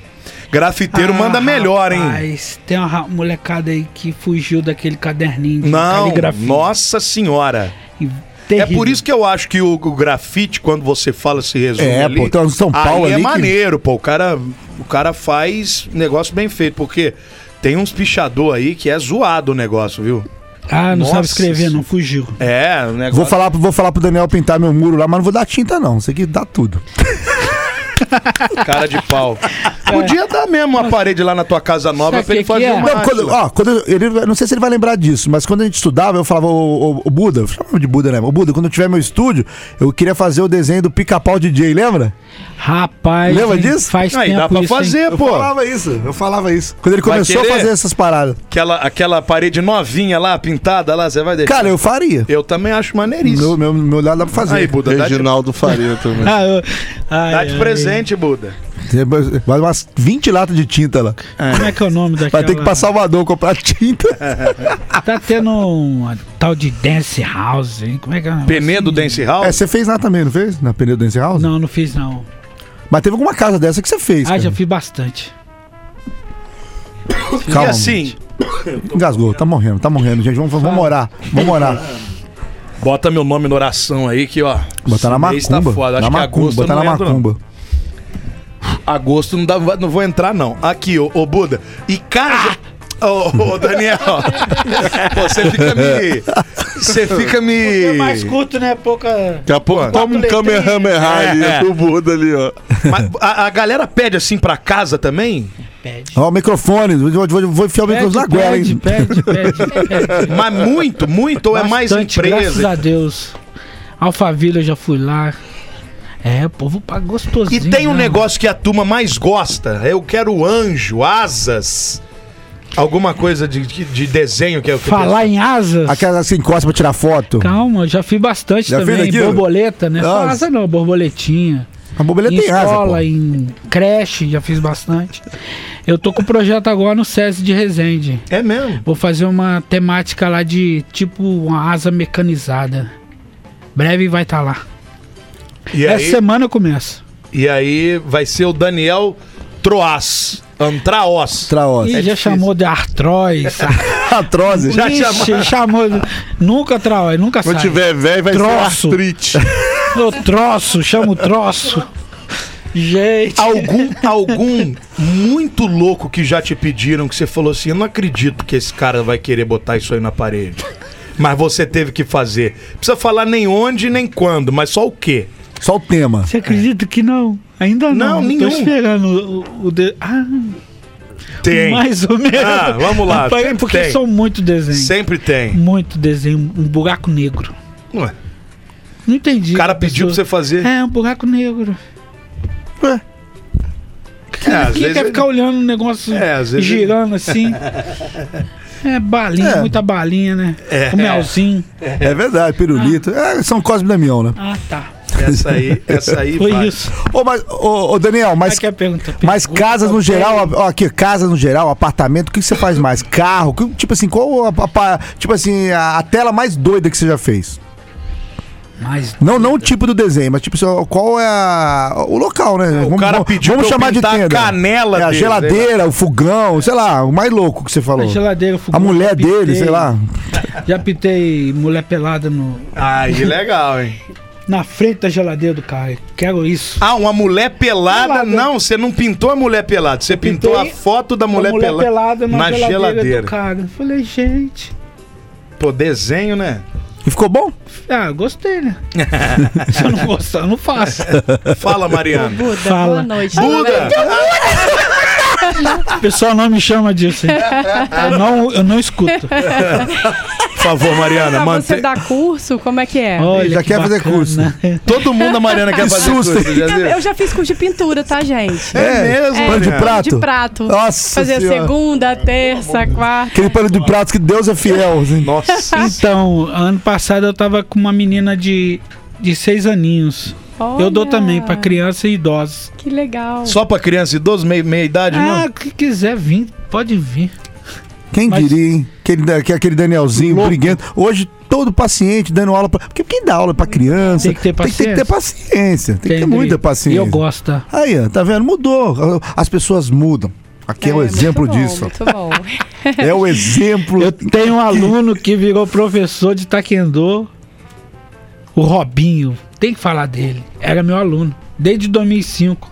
Grafiteiro manda melhor, hein?
Mas tem uma ra- molecada aí que fugiu daquele caderninho de
Não,
caligrafia.
nossa senhora.
E
É
terrível.
por isso que eu acho que o, o grafite, quando você fala, se resume.
É,
ali,
pô, tem um São Paulo
aí
ali
é
que-
maneiro, pô. O cara, o cara faz negócio bem feito, porque tem uns pichador aí que é zoado o negócio, viu?
Ah, não
Nossa
sabe escrever,
senhora.
não fugiu.
É, o negócio.
Vou falar, pro- vou falar pro Daniel pintar meu muro lá, mas não vou dar tinta, não. Sei que dá tudo.
Cara de pau.
É.
Podia dar mesmo uma parede lá na tua casa nova
Sabe
pra ele
que que
fazer
é?
uma.
Não, quando, ó, quando eu- ele, não sei se ele vai lembrar disso, mas quando a gente estudava, eu falava, ô, ô, ô, Buda, eu chamava de Buda, né? Ô Buda, quando eu tiver meu estúdio, eu queria fazer o desenho do pica-pau DJ, lembra?
Rapaz,
Lembra
hein,
disso?
Faz
Aí
tempo
dá pra
isso, hein?
fazer,
Eu
pô.
falava isso, eu falava isso. É, Quando ele
Vai
começou a
querer?
fazer essas paradas.
Aquela, aquela parede novinha lá, pintada lá, você vai deixar.
Cara, eu faria.
eu também acho maneiríssimo.
Meu, meu, meu olhar dá pra fazer.
Aí, Buda, dá de,
Reginaldo Faria também.
Ah, eu... ai,
dá de
ai.
presente, Buda.
Vai umas 20 latas de tinta lá.
Como é que é o nome daquela?
Vai ter que ir pra Salvador comprar
É.
tinta.
Tá tendo uma tal de dance house, hein? Como é que é? o nome?
Penedo Dance Hall?
É, você fez lá também, não fez? Na Penedo Dance House?
Não, não fiz não.
Mas teve alguma casa dessa que você fez.
Ah,
cara.
já fiz bastante.
É, Calma,
e assim,
Engasgou, tá morrendo, tá morrendo, gente. Vamos, vamos orar, vamos orar.
bota meu nome na oração aí que, ó.
Botar na
esse mês tá
macumba.
foda. Acho
na
que
macumba,
agosto eu
botar na
não entro, não.
macumba.
Agosto não, dá, não vou entrar, não. Aqui, ô, ô Buda. E casa.
Ah!
Ô, ô, Daniel. Pô, Você fica me. Você fica
É mais
me.
curto, né? Pouca.
Daqui a pouco toma um
letrinhas.
Kamehameha ali
É.
do Buda ali, ó.
Mas a, a galera pede assim pra casa também?
Pede.
Ó, o microfone, vou, vou, vou enfiar o microfone na goela,
pede,
hein?
pede, pede, pede.
Mas muito, muito? Ou é mais
Bastante, Graças
empresa?
a Deus. Alphaville eu já fui lá. É, o povo paga
E
gostosinho.
tem um
né?
negócio que a turma mais gosta. Eu quero anjo, asas. Alguma coisa de, de- de desenho que eu que eu-
Falar em asas.
Aquela que você encosta pra tirar foto.
Calma, eu já fiz bastante
Já fez
também.
aquilo?
borboleta, né? Só
Ah.
asa não, borboletinha.
A boboleta
em
tem asa,
escola,
pô.
em creche, já fiz bastante. Eu tô com um projeto agora no SESI de Resende.
É mesmo.
Vou fazer uma temática lá de tipo uma asa mecanizada. Breve vai estar lá.
E
Essa
aí,
semana eu começo.
e aí vai ser o Daniel Troas. Antraos.
Traós.
Ih, já chamou de artróis.
Atrozes.
tá Já
Ixi,
chamou.
chamou de- Nunca trói, nunca sai.
Quando tiver velho, vai
Troço.
ser artrite.
No troço, chama o troço. Gente.
Algum, algum muito louco que já te pediram que você falou assim: eu não acredito que esse cara vai querer botar isso aí na parede. Mas você teve que fazer. Precisa falar nem onde nem quando, mas só o quê?
Só o tema.
Você acredita que não? Ainda não.
Não, nenhum.
Tô esperando o, o de- Ah,
Tem.
mais um. ou menos.
Ah, vamos lá,
Rapaz, é
sempre
Porque
tem.
são muito desenho.
Sempre tem.
Muito desenho. Um buraco negro.
Ué,
Não entendi.
O cara pediu pra você fazer.
É, um buraco negro.
É, às
Quem
vezes
quer
ele-
ficar olhando o negócio
É, às vezes
girando assim? É balinha,
É.
muita balinha, né? O
é.
melzinho.
É verdade, pirulito. É, São Cosme e Damião, né?
Ah, tá.
Essa aí, essa aí
Foi
vai.
isso. é
Ô, mas, ô, ô, Daniel, mas,
é
Mas, quer perguntar?
mas casas no geral, ó, aqui, casas no geral, apartamento, o que que você faz mais? Carro? que- tipo assim, qual a, a- a- tipo assim, a, a tela mais doida que você já fez?
Mas
Não, não o tipo do desenho, mas tipo, assim, ó, qual é a- o local, né?
O cara pediu
vamos
pra eu
chamar de
pintar a
tenda.
canela
é, a
dele,
geladeira, o fogão, sei lá, o mais louco que você
a
falou.
geladeira,
A
fogão, já
um
mulher
pitei-
dele, sei lá.
Já pitei mulher pelada no,
Ai, que legal, hein?
na frente da geladeira do cara. Quero isso.
Ah, uma mulher pelada.
Pelada.
Não, você não pintou a mulher pelada. Você pintou a
pintei
foto da
Uma
mulher, pela-
pelada na,
na
geladeira,
geladeira.
do cara. Eu Falei, gente.
Pô, desenho, né?
E ficou bom?
Ah, gostei, né? Se eu não gostar, eu não faço.
Fala, Mariana.
Buda,
Fala.
boa noite.
Buda!
O pessoal não me chama disso, hein? Eu não, eu não escuto.
Por favor, Mariana,
Ah,
mante-
você dá curso? Como é que é?
Olha,
já
que
quer fazer
bacana.
curso.
Todo mundo a Mariana quer
Que
fazer
susto,
curso,
hein?
já viu?
Eu já fiz curso de pintura, tá, gente?
É,
mesmo,
É,
Pano de
Mariana.
prato?
De prato.
Nossa
Fazer
Senhora.
segunda, terça, quarta.
Aquele pano de prato que Deus é fiel. assim.
Nossa.
Então, ano passado eu tava com uma menina de, de seis aninhos. Eu dou
Olha,
também pra criança e idosos.
Que legal.
Só pra criança e idoso, meia, meia idade,
Ah,
não?
que quiser vir, pode vir.
Quem
Mas-
diria, hein? Aquele, da- que- aquele Danielzinho briguento. Hoje, todo paciente dando aula pra. Porque quem dá aula pra criança
Tem que ter
Tem que ter paciência. Tem que ter
Sempre.
muita
E
paciência.
eu gosto. tá?
Aí, ó, tá vendo? Mudou. As pessoas mudam. Aqui é, o
muito
exemplo
bom,
disso.
Muito bom.
É o exemplo.
Eu tenho um aluno que virou professor de taekwondo, o Robinho. Tem que falar dele. Era meu aluno desde 2005.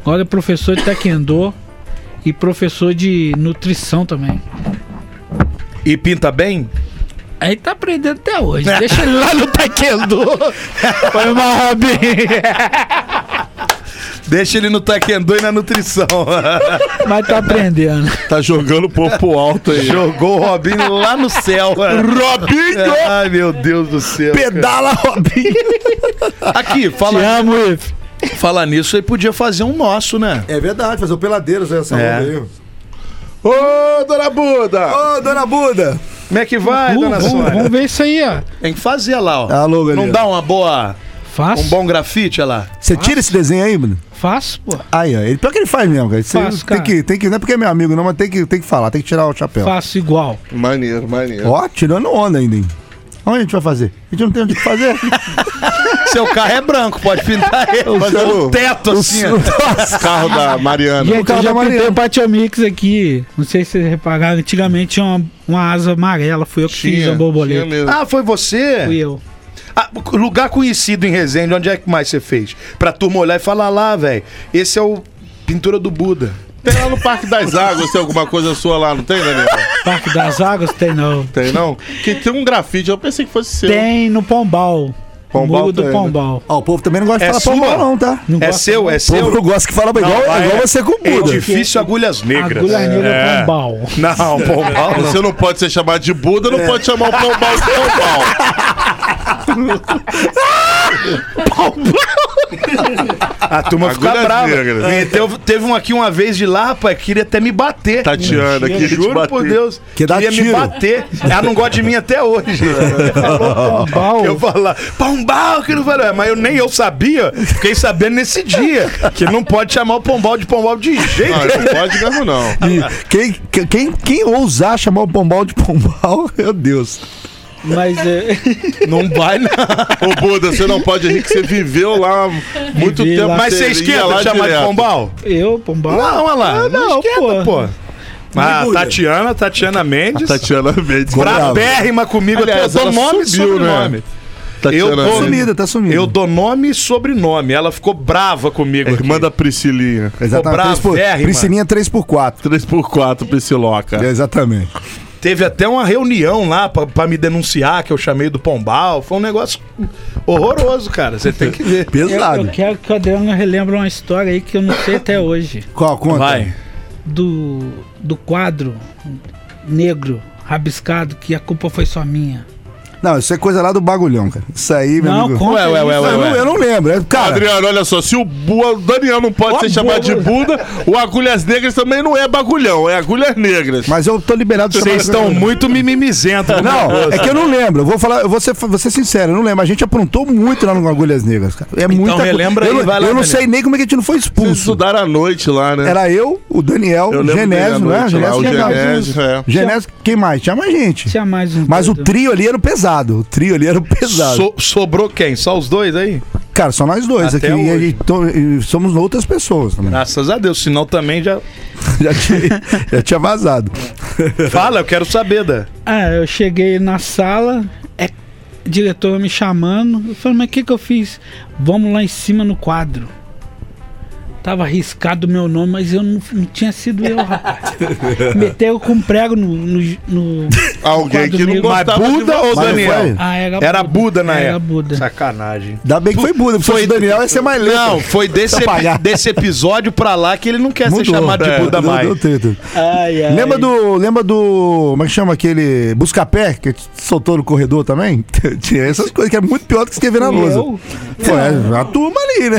Agora é professor de taekwondo e professor de nutrição também.
E pinta bem?
Aí tá aprendendo até hoje.
É.
Deixa ele lá no taekwondo. Foi mal, Robinho.
Deixa ele no taekwondo e na nutrição.
Mas tá aprendendo.
Tá jogando o popo alto aí.
Jogou o Robinho lá no céu. É,
Robinho!
Ai, meu Deus do céu.
Pedala, Robinho.
Aqui,
Te
fala,
amo, Ife.
falar nisso, aí podia fazer um nosso, né?
É verdade, fazer o peladeiros essa
É.
onda aí.
Ô, dona Buda!
Ô, dona Buda!
Como é que vai,
Uh,
dona
vamos,
Sônia?
vamos ver isso aí, ó.
Tem que fazer lá, ó.
Alô,
Não
galera.
dá uma boa,
Faço.
um bom grafite, olha lá.
Você tira esse desenho aí, mano?
Faço, pô.
Aí, ó. Ele, pior que ele faz mesmo, cara. Isso aí
Faço,
tem
cara.
Que, tem que, não é porque é meu amigo, não, mas tem que, tem que falar, tem que tirar o chapéu.
Faço igual.
Maneiro, maneiro.
Ó, tirando onda ainda, hein? Onde a gente vai fazer? A gente não tem onde fazer.
Seu carro é branco, pode pintar ele. Fazer
seu-
um teto assim. ó.
Os carros da Mariana.
o
Gente,
carro
eu já
da
pintei
Mariana.
o Patio Mix aqui. Não sei se vocês repararam. Antigamente tinha uma, uma asa amarela. Fui eu que fiz a borboleta.
mesmo.
Ah, foi
Fui
você?
eu.
Ah, lugar conhecido em Resende, onde é que mais você fez? Pra turma olhar e falar lá, velho. Esse é o Pintura do Buda.
Tem lá no Parque das Águas, tem alguma coisa sua lá, não tem, Daniel?
Parque das Águas tem não.
Tem não? Que tem um grafite, eu pensei que fosse seu.
Tem no Pombal.
Pombal
Muro do
tem, né?
Pombal.
Ó, o povo também não gosta
É
de
sua?
falar pombal, não, tá?
Não
É
gosta,
seu, é
O povo
seu.
não gosta que fala igual,
Não,
igual
é-
você com o Buda.
Edifício Agulhas Negras.
Agulha negra
É.
Pombal.
Ah,
Não, Pombal não.
Você um não pode ser chamado de Buda,
É.
não pode chamar o Pombal de Pombal.
A turma fica
Agulhas
brava.
negras.
Meteu- teve um aqui uma vez de lá, rapaz, queria até me bater.
Tatiana, queria te
Juro
bater.
por Deus.
Que dá
queria me
tiro.
bater. Ela não gosta de mim até hoje. Falou Pombal. Eu falar, Pombal, um que não falou. Mas eu, nem eu sabia, fiquei sabendo nesse dia. Que não pode chamar o Pombal de Pombal de jeito.
Não, não pode mesmo, não.
E quem, que- quem, quem ousar chamar o pombal de pombal, meu Deus.
Mas é,
Não vai, não.
Ô Buda, você não pode rir que você viveu lá muito
Vivi
tempo.
lá.
Mas você
ia
esquenta
lá
de chamar
direto.
de Pombal?
eu, Pombal.
Não, olha lá. Não,
não,
esquenta,
pô.
pô. Ah, Tatiana, Tatiana Mendes.
Tatiana Mendes.
Brabérrima comigo.
Aliás,
eu
ela
dou nome e
subiu, né?
sobrenome.
Tatiana
Eu tô-
Mendes.
Sumida, tá sumida.
Eu dou nome e sobrenome. Ela ficou brava comigo.
É Irmã
aqui.
da Priscilinha.
Exatamente. Três por,
bravérrima.
Priscilinha 3x4.
3x4, Prisciloca.
Exatamente.
Teve até uma reunião lá pra, pra me denunciar que eu chamei do Pombal. Foi um negócio horroroso, cara. Você tem que ver.
Pesado.
Eu quero que o Adriano relembre uma história aí que eu não sei até hoje.
Qual? Conta.
Vai.
Do, do quadro negro, rabiscado, que a culpa foi só minha.
Não, isso é coisa lá do bagulhão, cara. Isso aí, meu
Não,
amigo.
conta
Ué, ué,
aí.
ué,
Eu,
ué,
não,
ué.
eu não lembro. é- Cara,
Tá, Adriano, olha só, se o Bu- o Daniel não pode ser chamado de Buda, o Agulhas Negras também não é bagulhão, é Agulhas Negras.
mas eu tô liberado de
Vocês
chamar-
estão muito mimimizentos.
Não, é que eu não lembro. Eu vou falar, eu vou ser, vou ser sincero, eu não lembro. A gente aprontou muito lá no Agulhas Negras, cara. É muita coisa.
Então relembra aí,
Eu, não-
vai lá,
eu não
Daniel.
sei nem como é que a gente não foi
Vocês
expulso.
estudaram à noite lá, né?
Era eu, o Daniel,
Eu
o
lembro
Genésio,
dele à
né?
noite lá, o Genésio, é.
Genésio, quem mais? Tinha mais gente.
Tinha mais um.
Mas o
doido.
trio ali era o pesado. O trio ali era o pesado.
So- sobrou quem? Só os dois aí?
Cara, só nós dois
Até
aqui. E a
hoje.
gente to- e somos outras pessoas também.
Graças a Deus. Senão também já.
já, tinha, já tinha vazado.
Fala, eu quero saber, da.
Ah, eu cheguei na sala, é, diretora me chamando. Eu falei, mas o que, que eu fiz? Vamos lá em cima no quadro. Tava arriscado o meu nome, mas eu não, não tinha sido eu, rapaz. Meteu com um prego no. no- no-
Alguém que não
Mas
gostava
Buda
de
ou
você.
Mas não
Daniel?
foi?
Ah,
Era Buda na
Era
época.
Buda.
Sacanagem.
Ainda bem que foi Buda, porque foi o Daniel ia ser mais lento.
Não, foi desse, epi-
Atrapalhar.
desse episódio pra lá que ele não quer ser
Mudou.
chamado de
É,
Buda
deu-
mais.
deu treta.
Ai, ai.
Lembra do. Lembra do. Como é que chama aquele. Buscapé, que soltou no corredor também? Tinha essas coisas que é muito pior do que escrever na lousa.
Eu?
Foi é, a turma ali, né?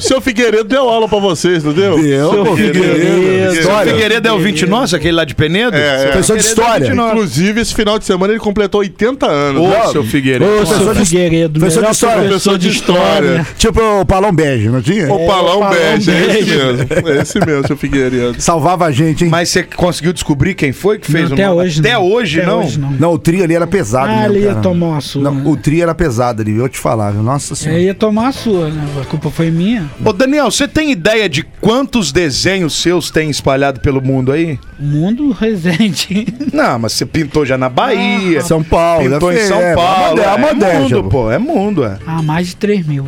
Seu Figueiredo deu aula pra vocês, não deu?
Eu, pô, Figueiredo.
Figueiredo.
O
História.
Figueiredo é o 20 nosso, aquele lá de Penedo?
É, é.
Pessoa de história.
Inclusive, esse final de semana ele completou 80 anos.
Ô,
Não,
seu Figueiredo.
Ô, seu
Professor de-
Figueiredo,
professor
melhor
de história,
professor de história.
Tipo o Palom Bege, não tinha?
O Palão
Palão
Bege, é esse
Bege.
mesmo. É esse mesmo, seu Figueiredo.
Salvava a gente, hein?
Mas você conseguiu descobrir quem foi que fez
Não, até
o mal?
hoje
Até hoje, não?
Não, o trio ali era pesado.
Ah,
mesmo,
ele ia
cara.
tomar uma sua.
Não,
né?
o trio era pesado ali, eu te falava. Nossa
Eu
senhora.
ia tomar a sua, né? A culpa foi minha.
Ô, Daniel, você tem ideia de quantos desenhos seus tem espalhado pelo mundo aí?
Mundo resente.
Não, mas você pintou já na Bahia.
É São Paulo,
Pintou
deve
em
ser,
São
é,
Paulo.
é uma modéstia,
mundo,
pô.
pô. É mundo, é.
Ah, mais de 3 mil.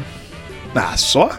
Ah, só?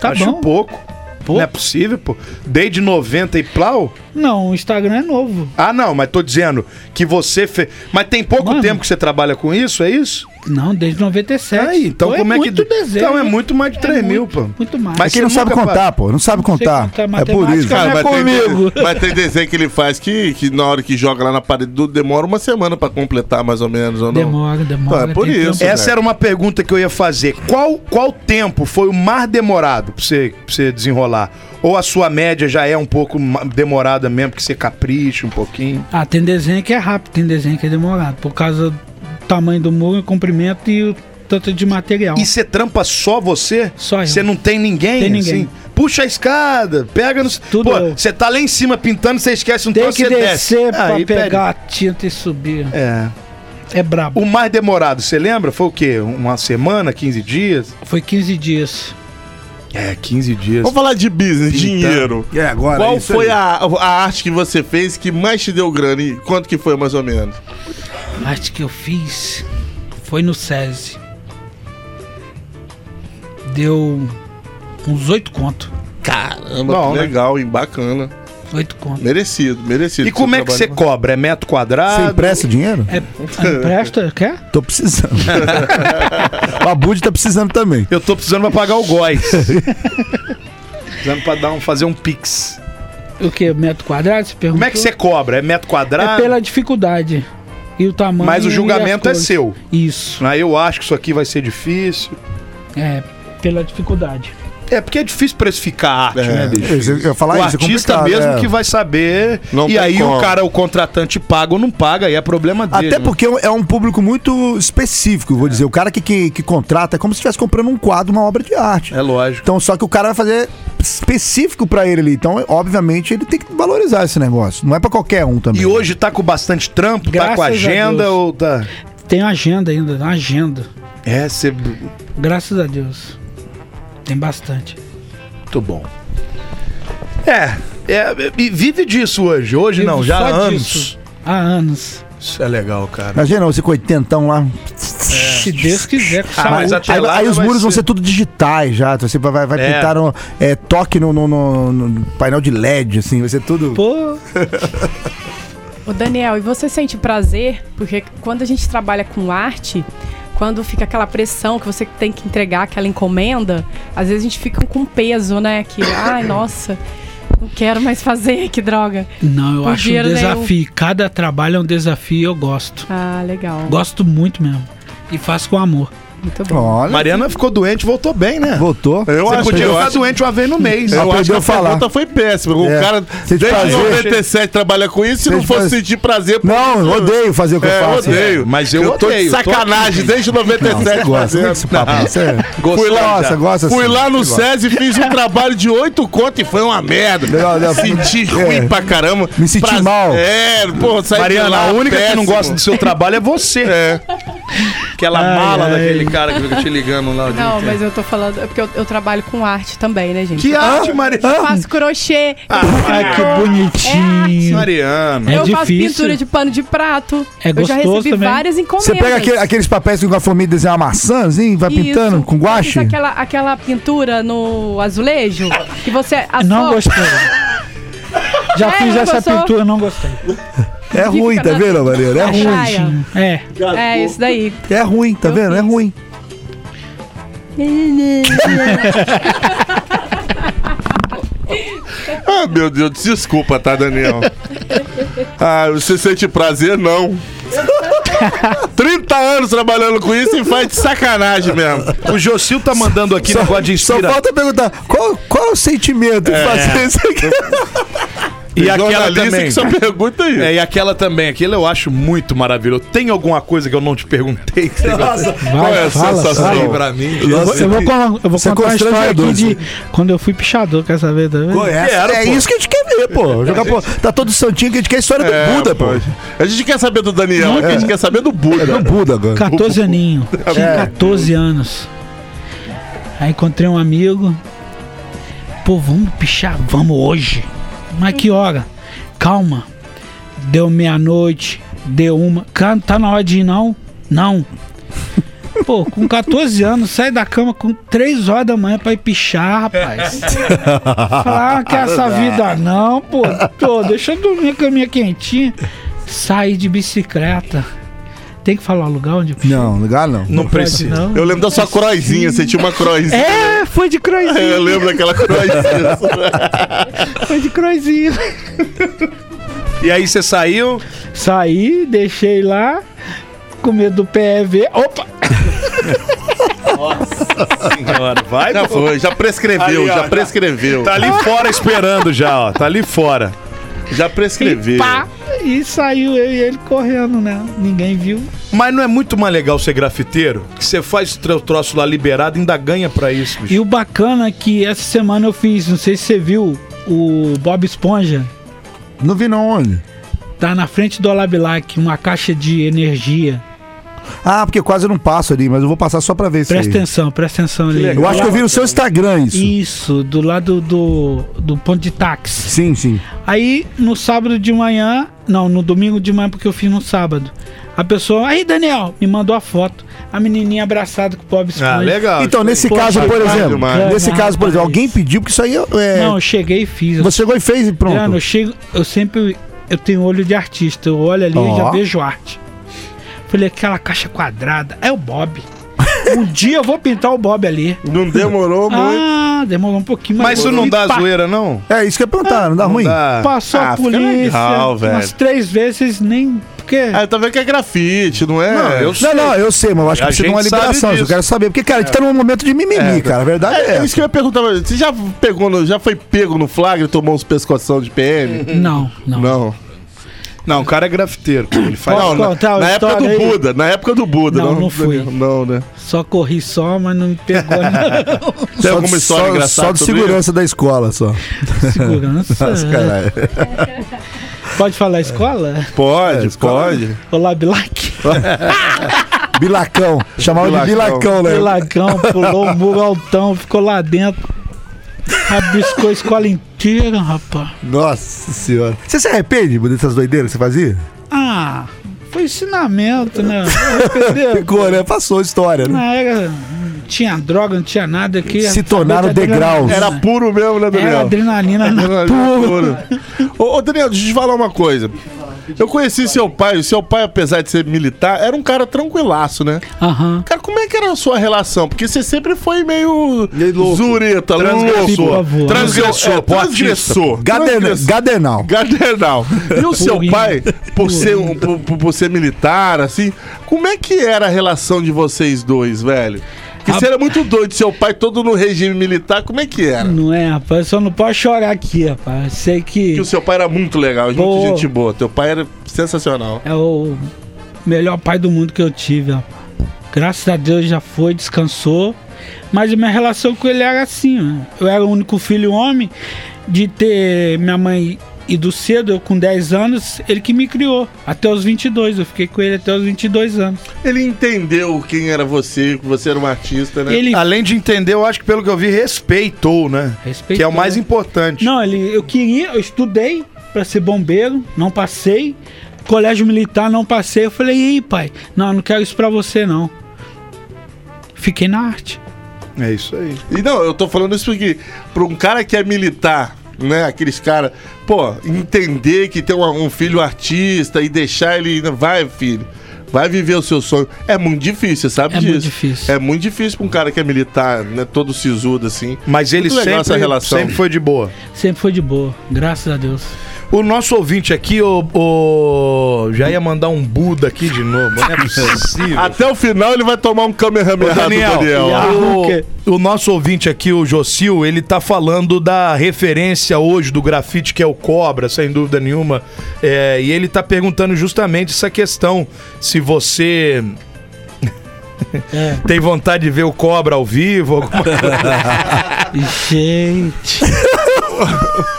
Tá
Acho
bom.
pouco.
Pouco?
Não é possível, pô. Desde 90 e plau?
Não, o Instagram é novo.
Ah, não, mas tô dizendo que você fez. Mas tem pouco
Mano.
tempo que você trabalha com isso, é isso?
Não, desde 97.
Aí, então
Pô, é
como é,
muito
que.
Desenho,
então é muito mais de 3 mil,
muito,
pô.
Muito mais.
Mas
Mas quem não
você
sabe
nunca
contar, pô. Não sabe
sei
contar.
contar
É por
matemática,
isso.
né?
Cara, mas, tem
comigo.
de- mas tem desenho que ele faz que, que na hora que joga lá na parede do- demora uma semana pra completar, mais ou menos, ou não?
Demora, demora.
Pô, é por
tem
isso.
tempo.
Essa era uma pergunta que eu ia fazer. Qual, qual tempo foi o mais demorado pra você, pra você desenrolar? Ou a sua média já é um pouco ma- demorada mesmo, que você capricha um pouquinho?
Ah, tem desenho que é rápido, tem desenho que é demorado. Por causa do tamanho do muro, o comprimento e o tanto de material.
E você trampa só você?
Só eu.
Você não tem ninguém? assim?
Tem ninguém.
Puxa a escada, pega no.
Tudo
Pô,
eu.
você tá lá em cima pintando, você esquece um
Tem
troço,
que
você desce.
descer pra
Aí,
pegar a tinta e subir.
pede. É.
É brabo.
O mais demorado, você lembra? Foi o quê? Uma semana, 15 dias?
Foi 15 dias.
É, 15 dias.
Vamos falar de business, dinheiro.
E é agora?
Qual
Então, isso
foi
aí.
a, a arte que você fez que mais te deu grana e quanto que foi mais ou menos?
A arte que eu fiz foi no SESI. Deu uns 8 conto.
Caramba,
Bom,
que
né?
legal, hein? Bacana.
8 conto.
Merecido, merecido.
E como é que você
Seu trabalho.
cobra? É metro
Você
quadrado?
empresta dinheiro?
É, empresta, quer?
Tô precisando. o Abud tá precisando também.
Eu tô precisando pra pagar o góis. precisando pra dar um, fazer um pix.
O que? Metro quadrado? Você
Como é que você cobra? É metro
É
quadrado?
pela dificuldade e o tamanho.
Mas o
e as
julgamento é
cores.
seu.
Isso.
Ah, eu acho que isso aqui vai ser difícil.
É, pela dificuldade.
É porque é difícil precificar a arte, né, bicho?
Eu ia falar
o
isso, é
artista
complicado,
mesmo
é.
que vai saber.
Não
e
tem
aí
como.
o cara, o contratante paga ou não paga, aí é problema dele.
Até
né? É.
porque é um público muito específico, eu vou dizer. O cara que, que, que contrata é como se estivesse comprando um quadro, uma obra de arte.
É lógico.
Então, só que o cara vai fazer específico pra ele ali. Então, obviamente, ele tem que valorizar esse negócio. Não é pra qualquer um também.
E hoje tá com bastante trampo, tá
Graças
com
a
agenda
Deus.
ou tá.
Tem agenda ainda, tem agenda.
É, você.
Graças a Deus. Tem bastante.
Muito bom. É, é, e vive disso hoje. Hoje
Vivo
não, já há
só
anos.
disso. Há anos.
Isso é legal, cara.
Imagina você com 80 lá.
Se Deus quiser, com
Ah, mas
saúde.
até
aí,
lá
aí
já
os
vai
muros vão
ser-
ser tudo digitais já. Então, Você vai, vai
É.
pintar um, é, toque no, no- no- no painel de LED, assim. Vai ser tudo.
Pô,
Ô Daniel, e você sente prazer? Porque quando a gente trabalha com arte, quando fica aquela pressão que você tem que entregar aquela encomenda, às vezes a gente fica com peso, né? Que, ai, nossa, não quero mais fazer, que droga.
não, eu
Por
acho um
dinheiro nenhum.
desafio. Cada trabalho é um desafio e eu gosto.
Ah, legal.
Gosto muito mesmo. E faço com amor.
Muito bom.
Olha,
Mariana ficou doente, voltou bem, né?
voltou.
Eu
Você
acho
podia
que eu
ficar
acho-
doente uma vez no mês.
Eu acho que
aprendeu
a
a falar.
pergunta foi péssima. O
É.
cara
Sem te
desde
prazer.
97 trabalha com isso. Se
Sem
não
te
fosse
prazer.
sentir prazer... por
Não,
isso,
eu odeio fazer o que
É,
eu
eu
faço.
odeio.
Mas eu
tô de
odeio, tô aqui,
sacanagem desde
Não, você
97
gosta, né? Esse papo,
fazendo.
você
Fui lá,
gosta, gosta
fui
sim.
lá no
Você gosta.
SESI, fiz um trabalho de oito conto e foi uma merda.
Não, não,
senti
é.
ruim pra caramba.
Me senti mal.
É, pô, saí de
Mariana,
lá
a única que não
péssimo.
gosta do seu trabalho é você.
É.
Aquela mala daquele cara que fica te ligando lá. o dia
Não,
inteiro.
mas eu tô falando, é porque eu, eu trabalho com arte também, né, gente?
Que arte, Mariana?
Eu faço crochê,
Ah, Ai, que bonitinho.
Mariana.
É
eu faço
difícil.
pintura de pano de prato.
É
eu já
gostoso
recebi
também.
várias encomendas.
Você pega aquele- aqueles papéis que a formiga desenha uma maçã, assim, vai pintando
Isso.
com guache?
Isso, Aquela, aquela pintura no azulejo que você assopra.
Não gostei. Já
É,
fiz
não
essa
gostou?
pintura, não gostei.
É ruim, tá
na-
vendo, Mariana? É
a
ruim.
chaia.
É.
É, isso daí.
É ruim, tá
Eu
vendo? É
fiz.
ruim.
Ah, meu Deus, desculpa, tá, Daniel? Ah, você sente prazer? Não. 30 anos trabalhando com isso e faz de sacanagem mesmo.
O Jocil tá mandando aqui negócio de
Só
inspira.
falta perguntar qual, qual é o sentimento de fazer isso aqui.
E
Tem
aquela
jornalista
também.
que só pergunta isso.
É, e aquela também, aquilo eu acho muito maravilhoso. Tem alguma coisa que eu não te perguntei? que você gosta?
Qual é a
fala,
sensação?
fala.
pra mim.
Eu vou,
Nossa,
eu vou con- eu vou
Isso é
contar uma história aqui de
constrangedor,
quando eu fui pichador, quer saber? Tá vendo?
Essa- é isso que a gente quer ver, pô. Jogar, pô. Tá todo santinho que a gente quer a história
É,
do Buda, pô. É
A gente quer saber do Daniel, a gente quer saber do Buda.
Do Buda agora.
14 aninho. Tinha 14 anos. Aí encontrei um amigo. Pô, vamos pichar? Vamos hoje. Mas que hora? Calma. Deu meia-noite, deu uma. Cara, tá na hora de ir, não? Não. Pô, com 14 anos, sai da cama com 3 horas da manhã pra ir pichar, rapaz. Falar que é essa vida não, pô. Pô, deixa eu dormir com a minha quentinha. Saí de bicicleta. Tem que falar o lugar onde eu pichei?
Não, legal não.
Não precisa.
Não.
Eu lembro da sua croizinha, você tinha uma croizinha.
É, foi de
Eu
croizinho,
lembro daquela croizinha.
foi de croizinho.
E aí você saiu?
Saí, deixei lá, com medo do PEV. Opa!
Senhora, vai,
Já
pô.
foi, já prescreveu,
É. Ali, ó,
já
tá-
prescreveu.
Tá ali fora esperando já, ó. Tá ali fora.
Já
E
prescreveu.
pá! E saiu eu e ele correndo, né? Ninguém viu.
Mas não é muito mais legal ser grafiteiro? Que você faz o teu troço lá liberado e ainda ganha pra isso, bicho.
E o bacana é que essa semana eu fiz, não sei se você viu, o Bob Esponja.
Não vi não onde.
Tá na frente do Olabilac, uma caixa de energia.
Ah, porque quase eu não passo ali, mas eu vou passar só pra ver isso aí.
Presta atenção, presta atenção ali.
Eu acho que eu vi no seu Instagram isso.
Isso, do lado do, do ponto de táxi.
Sim, sim.
Aí no sábado de manhã, não, no domingo de manhã, porque eu fiz no sábado. A pessoa, aí Daniel, me mandou a foto. A menininha abraçada com o Bob Esponja.
Ah, legal.
Então, nesse caso, por
caralho,
exemplo,
mano.
nesse caso, por exemplo,
Rapaz.
alguém pediu, porque isso aí é.
Não, eu cheguei e fiz.
Você chegou e fez e pronto.
Adriano, eu chego, eu sempre eu tenho olho de artista, eu olho ali
Ó.
e já vejo arte. Falei, aquela caixa quadrada, é o Bob. Um dia eu vou pintar o Bob ali.
Não demorou muito.
Ah, demorou um pouquinho,
Mas isso
eu
não
vi,
dá
pá,
zoeira, não?
É isso que eu ia perguntar, não dá ruim?
Dá.
Passou
Ah,
a
fica
polícia
legal,
umas
velho.
três vezes, nem. Porque.
Ah, tá vendo que é grafite, não é?
Não, eu
Não, não, eu sei, mas eu acho que
A
precisa de uma
gente sabe
liberação.
disso.
Eu quero saber. Porque, cara, a gente tá num momento de mimimi, cara. A verdade é,
É, é isso
essa.
que eu ia perguntar. mas Você já pegou, no- já foi pego no flagra e tomou uns pescoção de PM?
Não, não.
Não.
Não, o cara é grafiteiro. cara, Ele faz.
Não,
Posso
na,
contar uma
na época do
história aí?
Buda, na época do Buda,
Não,
não.
não fui.
Não, né?
Só corri só, mas não me pegou não.
Tem alguma história
só,
engraçada?
Só de
sobre
segurança da escola, só.
Segurança.
Nossa, caralho. É.
Pode falar escola?
isso?
É,
Pode, pode.
Olá, Bilac.
Bilacão. Chamava de
Bilacão.
bilacão, né?
Pelagão, pulou o muro altão, ficou lá dentro. Rabiscou a escola inteira, rapaz.
Nossa senhora. Você se arrepende Buda, dessas doideiras que você fazia?
Ah, foi ensinamento, né? Entendeu?
Ficou, né? Passou a história, né?
Na era não tinha droga, não tinha nada aqui.
Se tornaram degraus.
Era puro mesmo, né,
Era
Daniel?
É, adrenalina na
Era puro. ô, ô, Daniel, deixa eu te falar uma coisa. Eu conheci seu pai, o seu pai, apesar de ser militar, era um cara tranquilaço, né?
Aham.
Cara, como é que era a sua relação? Porque você sempre foi meio
Meio louco.
zureta,
Pipa
transgressor.
voando.
Transgressor, é, transgressor.
Gadena-
transgressor.
Gadenal.
Gardenal. E o seu
Purinho.
pai, por
Purinho.
ser, um, por, por- por ser militar, assim, como é que era a relação de vocês dois, velho? Porque
Ah.
você era muito doido, seu pai todo no regime militar, como é que era?
Não é, rapaz, só não posso chorar aqui, rapaz. Sei que
Que o seu pai era muito legal, muito
Pô.
gente boa. Teu pai era sensacional.
é o melhor pai do mundo que eu tive, rapaz. Graças a Deus já foi, descansou. Mas a minha relação com ele era assim. né? Eu era o único filho homem de ter minha mãe ido cedo, eu com 10 anos, ele que me criou. Até os 22, eu fiquei com ele até os 22 anos.
Ele entendeu quem era você, que você era um artista, né?
Ele
Além de entender, eu acho que pelo que eu vi, respeitou, né?
Respeitou.
Que é o mais importante.
Não, ele, eu queria, eu estudei pra ser bombeiro, não passei. Colégio militar, não passei. Eu falei, e aí, pai? Não, não quero isso pra você, não. Fiquei na arte.
É isso aí.
E não, eu tô falando isso porque pra um cara que é militar, né, aqueles caras, pô, entender que tem um, um filho artista e deixar ele, né, vai, filho, vai viver o seu sonho, é muito difícil, você sabe
É
disso.
muito difícil.
É muito difícil pra um cara que é militar, né, todo sisudo assim.
Mas ele
Muito
sempre,
legal essa relação.
sempre foi de boa.
Sempre foi de boa, graças a Deus.
O nosso ouvinte aqui, o, o- já ia mandar um Buda aqui de novo. Não é possível.
Até o final ele vai tomar um Kamehameha do
Daniel,
Daniel.
Ah,
o, o nosso ouvinte aqui, o Jocil, ele tá falando da referência hoje do grafite que é o Cobra, sem dúvida nenhuma. É, e ele tá perguntando justamente essa questão: se você
É.
tem vontade de ver o Cobra ao
É
vivo, alguma coisa.
Gente.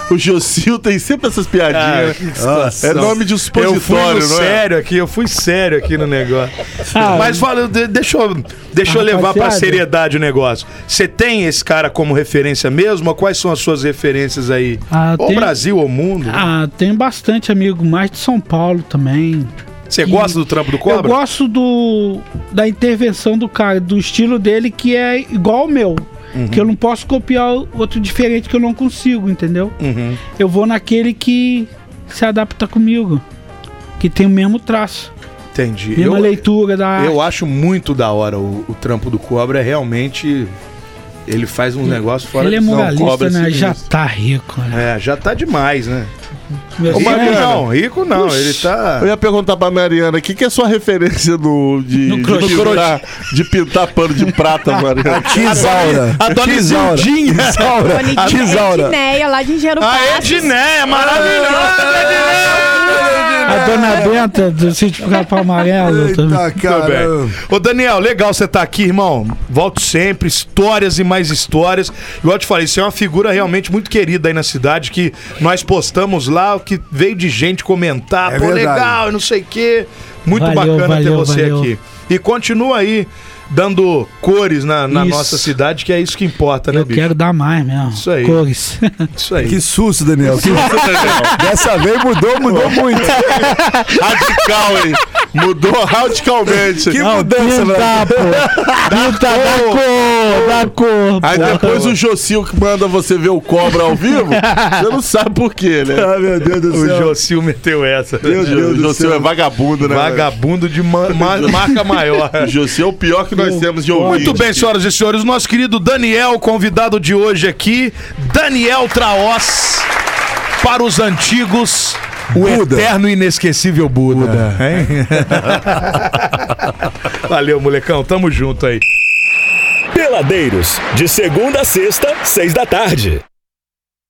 O Jocil tem sempre essas piadinhas. né?
Nossa.
é nome de
Ah, Eu fui no
supositório, não é?
sério aqui, eu fui sério aqui no negócio.
Ah,
Mas fala, de- deixa eu, deixa eu
Ah,
levar pra
rapaziada.
seriedade o negócio. Você tem esse cara como referência mesmo? Quais são as suas referências aí?
Ah,
ou
tem-
Brasil ou mundo?
ah, tenho bastante amigo, mais de São Paulo também.
Você gosta do trampo do
Eu
Cobra?
gosto do da intervenção do cara, do estilo dele que é igual ao meu.
Uhum.
Que eu não posso copiar o- outro diferente que eu não consigo, entendeu?
Uhum.
Eu vou naquele que se adapta comigo. Que tem o mesmo traço,
Entendi.
mesma
Eu,
leitura da arte.
eu acho muito da hora o, o trampo do Cobra. É realmente. Ele faz uns negócios fora
Ele é
de- Não,
moralista,
Cobra é
né? Já
sinistro.
tá rico, né?
É, já tá demais, né?
Meu
Ô,
sonho
Mas
é-
não, rico não, ele tá.
Eu ia perguntar pra Mariana, o que, que é sua referência do, de,
No
de
crochê.
pintar, de pintar pano de prata, Mariana?
Tisaura.
A Dona
Tisaura.
Isildinha.
Tisaura. Tisaura.
É Edneia, lá de Engenheiro
Ah,
A
Passos.
Edneia, maravilhosa!
A dona Benta do sítio Capão Amarelo também.
Eita,
Muito
cara.
bem. Ô, Daniel, legal você estar aqui, irmão. Volto sempre, histórias e mais histórias. Igual eu te falei, você é uma figura realmente muito querida aí na cidade, que nós postamos lá, o que veio de gente comentar,
É
pô,
verdade.
legal, não sei o quê. Muito
Valeu,
bacana ter
valeu,
você
valeu.
aqui. e continua aí dando cores na, na
Isso.
nossa cidade, que é isso que importa, né,
Eu
bicho?
quero dar mais mesmo.
Isso aí.
Cores.
Isso aí.
Que susto, Daniel. Que Dessa vez mudou, mudou muito.
Radical, hein? Mudou radicalmente.
Que
Não,
mudança,
pinta,
velho.
pô. Pinta da cor, da cor.
Aí
pô.
depois o Jocil que manda você ver o cobra ao vivo, você não sabe por quê, né?
Ah, meu Deus do
O
céu.
Jocil meteu essa.
O
Meu Deus né? do
Jocil
céu.
é vagabundo, né?
Vagabundo de ma- ma- marca maior.
O Jocil é o pior que nós temos de ouvir.
Muito bem, senhoras e senhores, nosso querido Daniel, convidado de hoje aqui, Daniel Traós, para os antigos, o
Buda.
eterno e inesquecível Buda. Hein? Valeu, molecão, tamo junto aí.
Peladeiros, de segunda a sexta, seis da tarde.